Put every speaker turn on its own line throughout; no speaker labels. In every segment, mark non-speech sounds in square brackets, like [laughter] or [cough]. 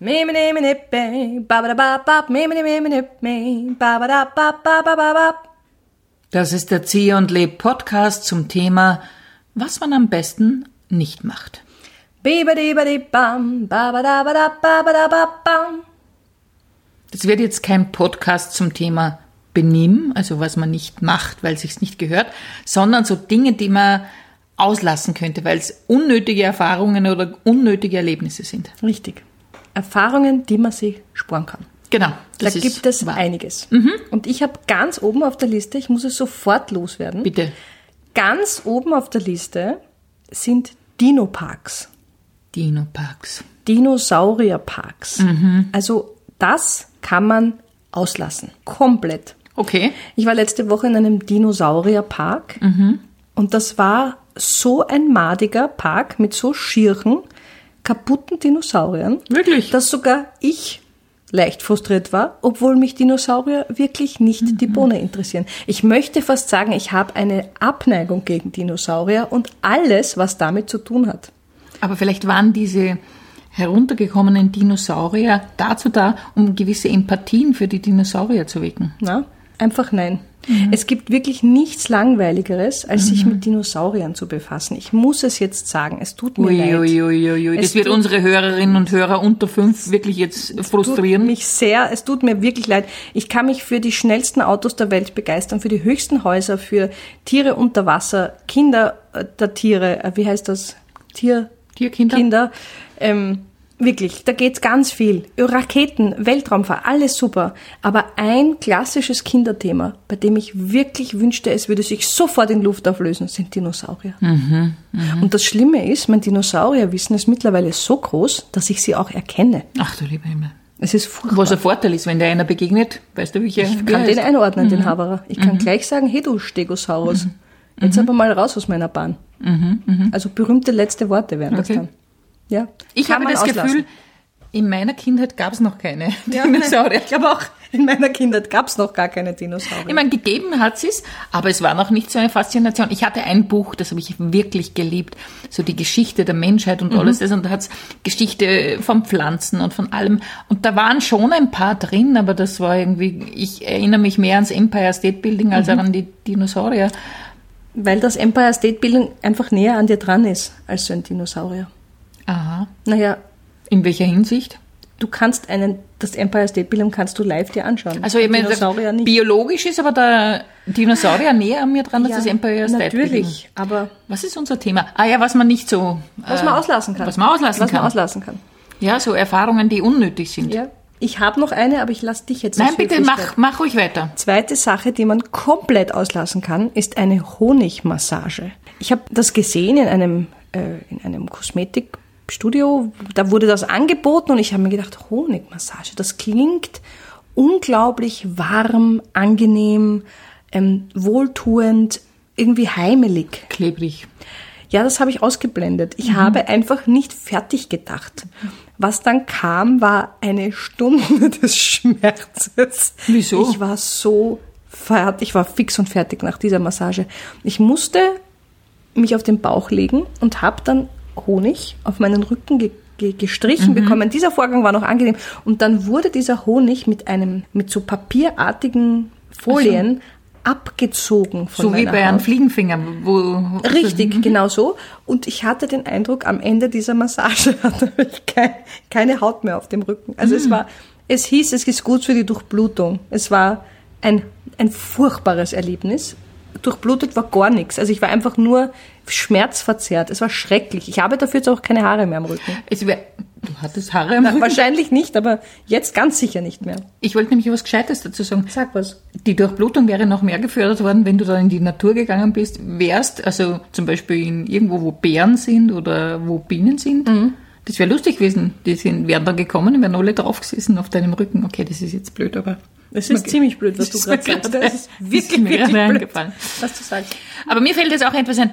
ne, Memene-mene-pe, babadababab, ne, memene-mene-pe, babadabababababab.
Das ist der Zieh und Leb Podcast zum Thema, was man am besten nicht macht.
Bibadibadibam, babadabadababadababam.
Das wird jetzt kein Podcast zum Thema Benehmen, also was man nicht macht, weil sich's nicht gehört, sondern so Dinge, die man auslassen könnte, weil es unnötige Erfahrungen oder unnötige Erlebnisse sind.
Richtig. Erfahrungen, die man sich sparen kann.
Genau.
Da
das ist
gibt es
wahr. Mhm.
einiges. Und ich habe ganz oben auf der Liste, ich muss es sofort loswerden,
Bitte.
ganz oben auf der Liste sind Dino-Parks,
Dino-Parks.
Dinosaurier-Parks.
Mhm.
Also das kann man auslassen. Komplett.
Okay.
Ich war letzte Woche in einem Dinosaurierpark und das war so ein madiger Park mit so schieren, kaputten Dinosauriern.
Wirklich?
Dass sogar ich leicht frustriert war, obwohl mich Dinosaurier wirklich nicht die Bohne interessieren. Ich möchte fast sagen, ich habe eine Abneigung gegen Dinosaurier und alles, was damit zu tun hat.
Aber vielleicht waren diese heruntergekommenen Dinosaurier dazu da, um gewisse Empathien für die Dinosaurier zu wecken.
Na? Einfach nein. Es gibt wirklich nichts Langweiligeres, als sich mit Dinosauriern zu befassen. Ich muss es jetzt sagen. Es tut mir leid.
Uiuiuiui.
Es
Das wird
tut-
unsere Hörerinnen und Hörer unter fünf wirklich jetzt
tut
frustrieren.
mich sehr, es tut mir wirklich leid. Ich kann mich für die schnellsten Autos der Welt begeistern, für die höchsten Häuser, für Tiere unter Wasser, Kinder äh, der Tiere, äh, wie heißt das? Tier,
Tierkinder?
Kinder. Ähm, wirklich, da geht's ganz viel. Raketen, Weltraumfahrt, alles super. Aber ein klassisches Kinderthema, bei dem ich wirklich wünschte, es würde sich sofort in Luft auflösen, sind Dinosaurier. Und das Schlimme ist, mein Dinosaurierwissen ist mittlerweile so groß, dass ich sie auch erkenne.
Ach du lieber Himmel.
Es ist furchtbar.
Was ein Vorteil ist, wenn dir einer begegnet, weißt du, wie ich
Ich kann den einordnen,
Mhm.
den Haberer. Ich kann gleich sagen, hey du Stegosaurus, jetzt
Mhm.
aber mal raus aus meiner Bahn. Also berühmte letzte Worte wären das
Okay.
dann. Ja,
Ich
kann
habe
man
das
auslassen.
Gefühl, in meiner Kindheit gab es noch keine [laughs] Dinosaurier. Ich habe auch,
in meiner Kindheit gab es noch gar keine Dinosaurier.
ich meine, gegeben hat es, aber es war noch nicht so eine Faszination. Ich hatte ein Buch, das habe ich wirklich geliebt, so die Geschichte der Menschheit
Mhm.
und alles das. Und da hat es Geschichte von Pflanzen und von allem. Und da waren schon ein paar drin, aber das war irgendwie, ich erinnere mich mehr ans Empire State Building
Mhm.
als an die Dinosaurier.
Weil das Empire State Building einfach näher an dir dran ist als so ein Dinosaurier.
Aha.
Naja,
In welcher Hinsicht?
du kannst einen, das Empire State Building kannst du live dir anschauen.
Also ich
Ein
meine,
Dinosaurier
das
nicht. Ah.
biologisch ist aber der Dinosaurier näher an mir dran als das Empire State Building.
natürlich, aber
Was ist unser Thema? Ah ja, was man nicht so. ähm,
was man auslassen kann.
Äh, Was man auslassen
was
kann.
Man auslassen kann.
ja, so Erfahrungen, die unnötig sind.
Ja. Ich habe noch eine, aber ich lasse dich jetzt
Nein,
als
bitte
Höflichkeit.
mach, mach ruhig weiter.
Zweite Sache, die man komplett auslassen kann, ist eine Honigmassage. Ich habe das gesehen in einem, äh, in einem Kosmetikstudio. Da wurde das angeboten und ich habe mir gedacht, Honigmassage, das klingt unglaublich warm, angenehm, ähm, wohltuend, irgendwie heimelig.
Klebrig.
Ja, das habe ich ausgeblendet.
Mhm.
Ich habe einfach nicht fertig gedacht. Was dann kam, war eine Stunde [laughs] des Schmerzes.
Wieso?
Ich war so fertig, ich war fix und fertig nach dieser Massage. Ich musste mich auf den Bauch legen und habe dann Honig auf meinen Rücken ge ge
Mhm.
gestrichen bekommen. Dieser Vorgang war noch angenehm. Und dann wurde dieser Honig mit einem, mit so papierartigen Folien abgezogen von
So wie
meiner
bei
Haut.
einem Fliegenfinger. Wo,
Richtig, genau so. Und ich hatte den Eindruck, am Ende dieser Massage [laughs] hatte ich kein, keine Haut mehr auf dem Rücken. Also es war, es hieß, es ist gut für die Durchblutung. Es war ein, ein furchtbares Erlebnis. Durchblutet war gar nichts. Also ich war einfach nur schmerzverzerrt. Es war schrecklich. Ich habe dafür jetzt auch keine Haare mehr am [laughs] Rücken.
Es wär, du hattest Haare am Rücken.
Wahrscheinlich nicht, aber jetzt ganz sicher nicht mehr.
Ich wollte nämlich was Gescheites dazu sagen.
Sag was.
Die Durchblutung wäre noch mehr gefördert worden, wenn du dann in die Natur gegangen bist, wärst, also zum Beispiel in irgendwo, wo Bären sind oder wo Bienen sind.
Mhm.
Das wäre lustig gewesen. Die sind, wären dann gekommen und wären alle drauf gesessen auf deinem Rücken. Okay, das ist jetzt blöd, aber.
Es ist
mir-
ziemlich blöd, [laughs] was
das
du
ist
gerade
mir
sagst.
gerade-
Das ist
das
wirklich,
ist mir
wirklich
gerade
blöd,
eingefallen.
was du sagst.
Aber mir fällt jetzt auch etwas ein.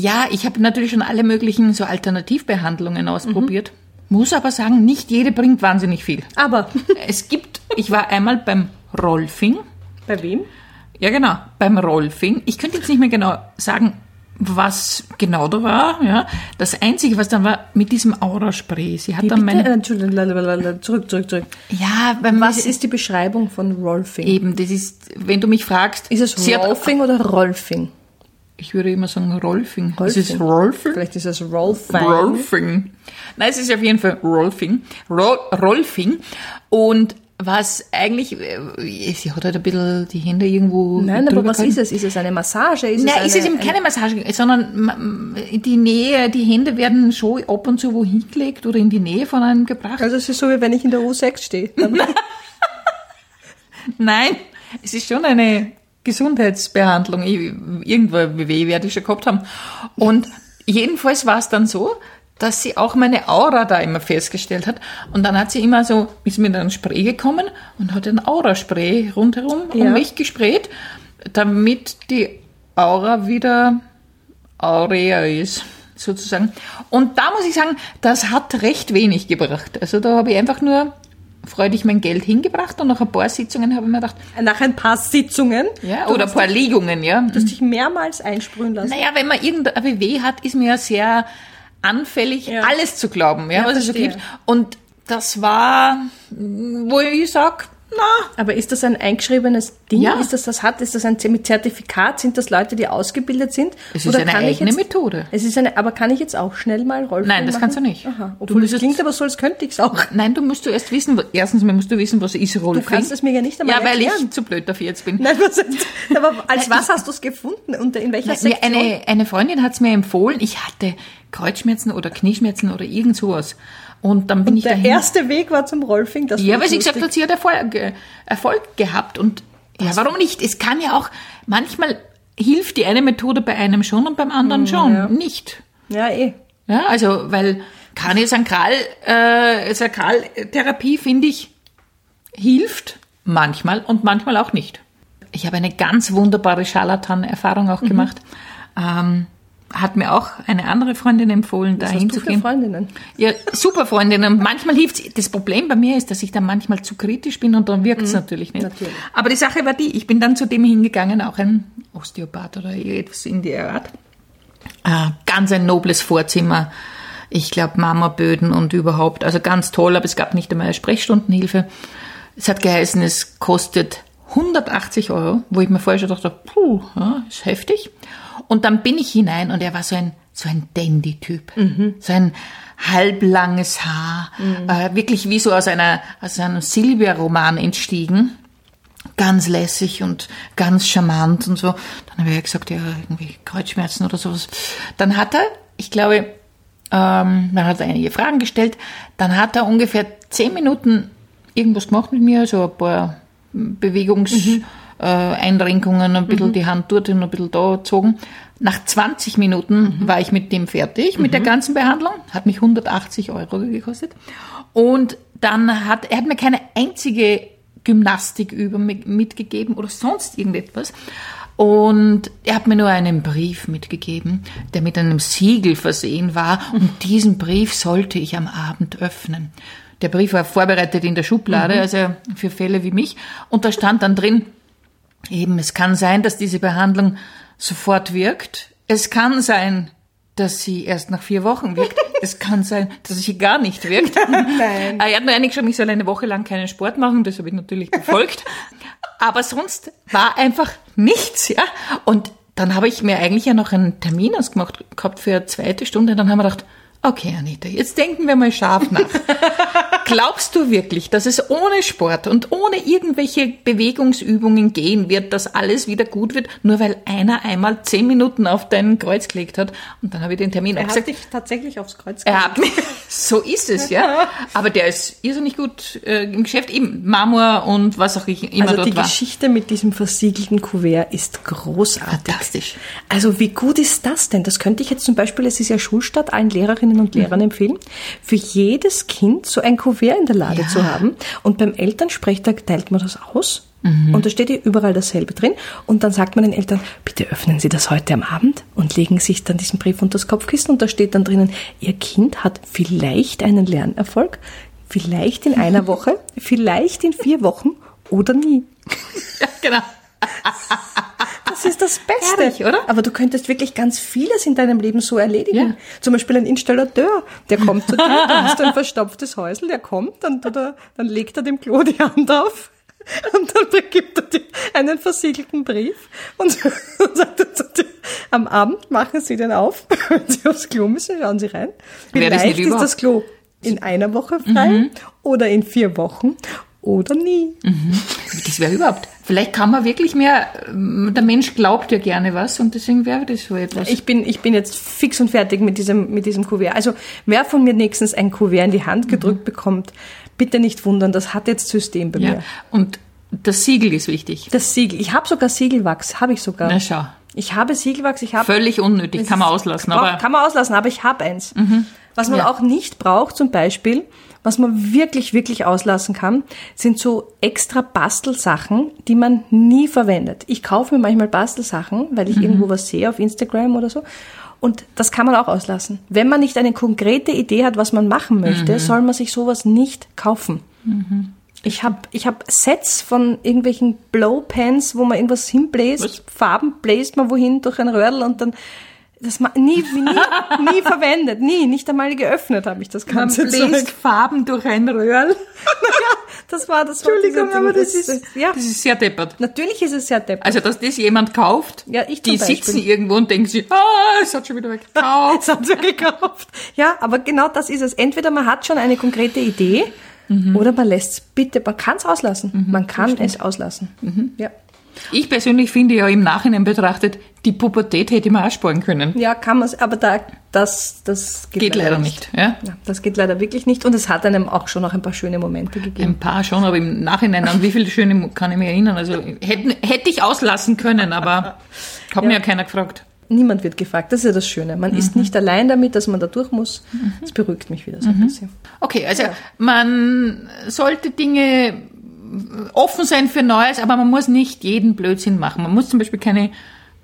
Ja, ich habe natürlich schon alle möglichen so
Mhm.
Alternativbehandlungen ausprobiert. Muss aber sagen, nicht jede bringt wahnsinnig viel.
Aber
es gibt, ich war einmal beim Rolfing.
bei wem?
Ja, genau. Beim Rolfing. Ich könnte jetzt nicht mehr genau sagen, was genau da war, ja. Das Einzige, was dann war, mit diesem Auraspray. Sie hat
Wie
dann
bitte? Äh,
meine...
Entschuldigung, lalalala, zurück, zurück, zurück.
Ja, wenn
Was ist die Beschreibung von Rolfing?
Eben, das ist, wenn du mich fragst...
Ist es
sie hat-
Rolfing oder Rolfing?
Ich würde immer sagen Rolfing. Rolfing.
Rolfing.
Ist es Rolfing?
Vielleicht ist es Rolfing.
Rolfing. Nein, es ist auf jeden Fall Rolfing. Rol Rolfing. Und was eigentlich, äh, sie hat halt ein bisschen die Hände irgendwo.
Nein, aber
drüber
was
gehalten.
ist es? Ist es eine Massage? Ist
Nein,
es
es ist
eine-
eben keine Massage, sondern man- die Nähe, die Hände werden schon ab und zu wohin gelegt oder in die Nähe von einem gebracht.
Also es ist so, wie wenn ich in der U6 stehe.
[laughs] Nein, es ist schon eine Gesundheitsbehandlung. Ich, irgendwo WW werde ich schon gehabt haben. Und jedenfalls war es dann so, dass sie auch meine Aura da immer festgestellt hat. Und dann hat sie immer so, ist mit einem Spray gekommen und hat ein Auraspray rundherum
Ja.
um mich gesprayt, damit die Aura wieder Aurea ist, sozusagen. Und da muss ich sagen, das hat recht wenig gebracht. Also da habe ich einfach nur freudig mein Geld hingebracht und nach ein paar Sitzungen habe ich mir gedacht,
[laughs] Nach ein paar Sitzungen.
ja,
Du
oder ein
hast
paar Liegungen, ja.
Du hast dich mehrmals einsprühen lassen.
Naja, wenn man irgendein WW hat, ist man ja sehr anfällig,
Ja.
alles zu glauben, ja,
Ja,
was es so
verstehe.
gibt. Und das war, wo ich sage, na,
Aber ist das ein eingeschriebenes Ding?
Ja.
Ist das das hat? Ist das ein mit Zertifikat? Sind das Leute, die ausgebildet sind?
Es ist eine eigene Methode.
Es ist eine, aber kann ich jetzt auch schnell mal Rolfing
Nein, das
machen?
kannst du nicht.
Aha.
Du
Obwohl, es
müsstest-
klingt aber so, als könnte ich es auch.
nein, du musst du erst wissen, wo- erstens mal musst du wissen, was ist Rolfing.
kannst es mir ja nicht einmal
Ja, weil
erklären.
ich zu blöd dafür jetzt bin.
Nein, was, aber
[laughs]
als was hast du es gefunden und in welcher
Nein, mir
Sektion?
eine, eine Freundin hat es mir empfohlen, ich hatte Kreuzschmerzen oder Knieschmerzen oder irgend sowas. Und dann bin ich
Der
dahin.
erste Weg war zum Rolfing. Das
ja,
war
weil sie
lustig.
gesagt hat, sie hat Erfolg, äh, Erfolg gehabt. Und ja, warum nicht? Es kann ja auch, manchmal hilft die eine Methode bei einem schon und beim
Hm,
anderen schon nicht.
Ja, eh.
Ja, also, weil Kraniosankral, äh, Sakraltherapie, finde ich, hilft manchmal und manchmal auch nicht. Ich habe eine ganz wunderbare Scharlatan-Erfahrung
Mhm.
auch gemacht. Ähm, hat mir auch eine andere Freundin empfohlen, da
Was hast du für
hinzugehen.
Freundinnen?
Ja, super Freundin. Und manchmal hilft's. Das Problem bei mir ist, dass ich dann manchmal zu kritisch bin und dann wirkt's natürlich nicht.
Mhm. natürlich.
Aber die Sache war die, ich bin dann zu dem hingegangen, auch ein Osteopath oder etwas in der Art. Ah, ganz ein nobles Vorzimmer. Ich glaube, Mamaböden und überhaupt. Also ganz toll, aber es gab nicht einmal eine Sprechstundenhilfe. Es hat geheißen, es kostet 180 Euro, wo ich mir vorher schon dachte, puh, ja, ist heftig. Und dann bin ich hinein und er war so ein, so ein Dandy-Typ. So ein halblanges Haar, äh, wirklich wie so aus, einer, aus einem Silvia-Roman entstiegen ganz lässig und ganz charmant und so. Dann habe ich gesagt, ja, irgendwie Kreuzschmerzen oder sowas. Dann hat er, ich glaube, ähm, dann hat er einige Fragen gestellt. Dann hat er ungefähr zehn Minuten irgendwas gemacht mit mir, so ein paar Bewegungseinrenkungen, ein bisschen die Hand dort und ein bisschen da gezogen. Nach 20 Minuten war ich mit dem fertig, mit der ganzen Behandlung. Hat mich 180 Euro gekostet. Und dann hat, er hat mir keine einzige Gymnastik über mi- mitgegeben oder sonst irgendetwas. Und er hat mir nur einen Brief mitgegeben, der mit einem Siegel versehen war. Und diesen Brief sollte ich am Abend öffnen. Der Brief war vorbereitet in der Schublade, also für Fälle wie mich. Und da stand dann drin, Eben, es kann sein, dass diese Behandlung sofort wirkt. Es kann sein, dass sie erst nach vier Wochen wirkt. es kann sein, dass sie gar nicht wirkt. Nein. Er hat mir eingeschrieben, ich soll eine Woche lang keinen Sport machen. Das habe ich natürlich befolgt. Aber sonst war einfach nichts, ja. Und dann habe ich mir eigentlich ja noch einen Termin ausgemacht gehabt für eine zweite Stunde. Dann haben wir gedacht, okay, Anita, jetzt denken wir mal scharf nach. Glaubst du wirklich, dass es ohne Sport und ohne irgendwelche Bewegungsübungen gehen wird, dass alles wieder gut wird, nur weil einer einmal zehn Minuten auf dein Kreuz gelegt hat? Und dann habe ich den Termin
Er hat
abgesagt.
dich tatsächlich aufs Kreuz
Er hat mich. [laughs] So ist es, ja. Aber der ist irrsinnig gut äh, im Geschäft, eben Marmor und was auch ich immer
[laughs] Also
dort
die
war.
Geschichte mit diesem versiegelten Kuvert ist großartig.
Fantastisch.
Also wie gut ist das denn? Das könnte ich jetzt zum Beispiel, es ist ja Schulstadt, allen Lehrerinnen und Lehrern empfehlen, für jedes Kind so ein Kuvert in der Lade
Ja.
zu haben. Und beim Elternsprechtag teilt man das aus. Und da steht ja überall dasselbe drin. Und dann sagt man den Eltern, bitte öffnen Sie das heute am Abend und legen sich dann diesen Brief unter das Kopfkissen. Und da steht dann drinnen, Ihr Kind hat vielleicht einen Lernerfolg, vielleicht in einer Woche, vielleicht in vier Wochen oder nie.
Ja, genau.
Das ist das Beste.
Herrlich, oder?
Aber du könntest wirklich ganz vieles in deinem Leben so erledigen.
Ja.
Zum Beispiel ein Installateur, der kommt zu dir, du hast ein verstopftes Häusel, der kommt, dann, tut er, dann legt er dem Klo die Hand auf [laughs] und dann gibt er dir einen versiegelten Brief und, [laughs] und sagt er zu dir, am Abend machen sie den auf, [laughs] wenn sie aufs Klo müssen, schauen sie rein. Wie
Wer das
leicht
nicht Mhm.
ist das Klo? In einer Woche frei oder in vier Wochen oder nie.
Das wäre überhaupt. Vielleicht kann man wirklich mehr, ähm, der Mensch glaubt ja gerne was und deswegen wäre das so etwas.
Ich bin, ich bin jetzt fix und fertig mit diesem, mit diesem Kuvert. Also, wer von mir nächstens ein Kuvert in die
Mhm.
Hand gedrückt bekommt, bitte nicht wundern, das hat jetzt System bei
ja.
mir.
Und das Siegel ist wichtig.
Das Siegel, ich habe sogar Siegelwachs, habe ich sogar.
Na schau.
Ich habe Siegelwachs, ich habe.
Völlig unnötig, kann man auslassen,
Brauch-
aber Mhm.
kann man auslassen, aber ich habe eins. Was man
Ja.
auch nicht braucht, zum Beispiel, was man wirklich, wirklich auslassen kann, sind so extra Bastelsachen, die man nie verwendet. Ich kaufe mir manchmal Bastelsachen, weil ich
Mhm.
irgendwo was sehe auf Instagram oder so. Und das kann man auch auslassen. Wenn man nicht eine konkrete Idee hat, was man machen möchte,
Mhm.
soll man sich sowas nicht kaufen. Ich habe ich hab Sets von irgendwelchen Blowpans, wo man irgendwas hinbläst,
Was?
Farben bläst man wohin durch ein Röhrl und dann das ma- nie, nie, nie verwendet, nie, nicht einmal geöffnet habe ich das
man
ganze
bläst
Zeug.
Farben durch ein Röhrl.
Das war das.
[laughs]
war
Entschuldigung,
dieser-
aber das ist,
ja.
das ist sehr deppert.
Natürlich ist es sehr depp.
Also, dass das jemand kauft,
Ja, ich zum
die
Beispiel.
sitzen irgendwo und denken sich, ah, es hat schon wieder gekauft. [laughs]
Das hat sie gekauft. Ja, aber genau das ist es. Entweder man hat schon eine konkrete Idee
Mhm.
oder man lässt es bitte, man kann es auslassen. man kann es auslassen.
Mhm.
Ja.
Ich persönlich finde ja im Nachhinein betrachtet, die Pubertät hätte man auch sparen können.
ja, kann man es, aber da, das, das
Geht leider nicht. Ja?
Ja, das geht leider wirklich nicht und es hat einem auch schon noch ein paar schöne Momente gegeben.
Ein paar schon, aber im Nachhinein an wie viele schöne Mo- kann ich mich erinnern. Also hätten, hätte ich auslassen können, [laughs] aber hat mir ja keiner gefragt.
Niemand wird gefragt, das ist ja das Schöne. Man ist
Mhm.
nicht allein damit, dass man da durch muss. Das beruhigt mich wieder so ein bisschen.
Okay, also man sollte Dinge offen sein für Neues, aber man muss nicht jeden Blödsinn machen. Man muss zum Beispiel keine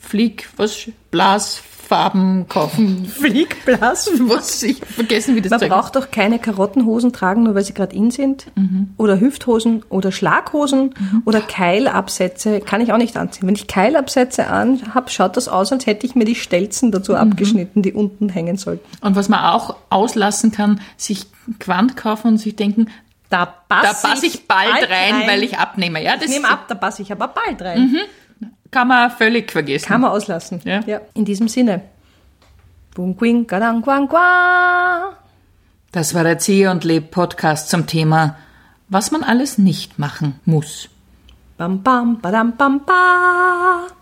Flieg, was, Blasfarben
[laughs]
kaufen.
Fliegblas.
Was, ich hab vergessen, wie das
Man
Zeug
braucht doch keine Karottenhosen tragen, nur weil sie gerade in sind.
Mhm.
Oder Hüfthosen oder Schlaghosen oder Keilabsätze kann ich auch nicht anziehen. Wenn ich Keilabsätze an habe, schaut das aus, als hätte ich mir die Stelzen dazu
Mhm.
abgeschnitten, die unten hängen sollten.
Und was man auch auslassen kann, sich Quant kaufen und sich denken,
Da
da
passe
passe ich bald, rein, weil ich Mhm. abnehme. Ja, das
Ich nehme ab, da passe ich aber bald rein.
kann man völlig vergessen.
Kann man auslassen.
Ja.
In diesem Sinne. Bung, quing, gadang, quang, quang.
Das war der Zieh und Leb Podcast zum Thema, was man alles nicht machen muss.
Bam, bam, badam, bam, bam.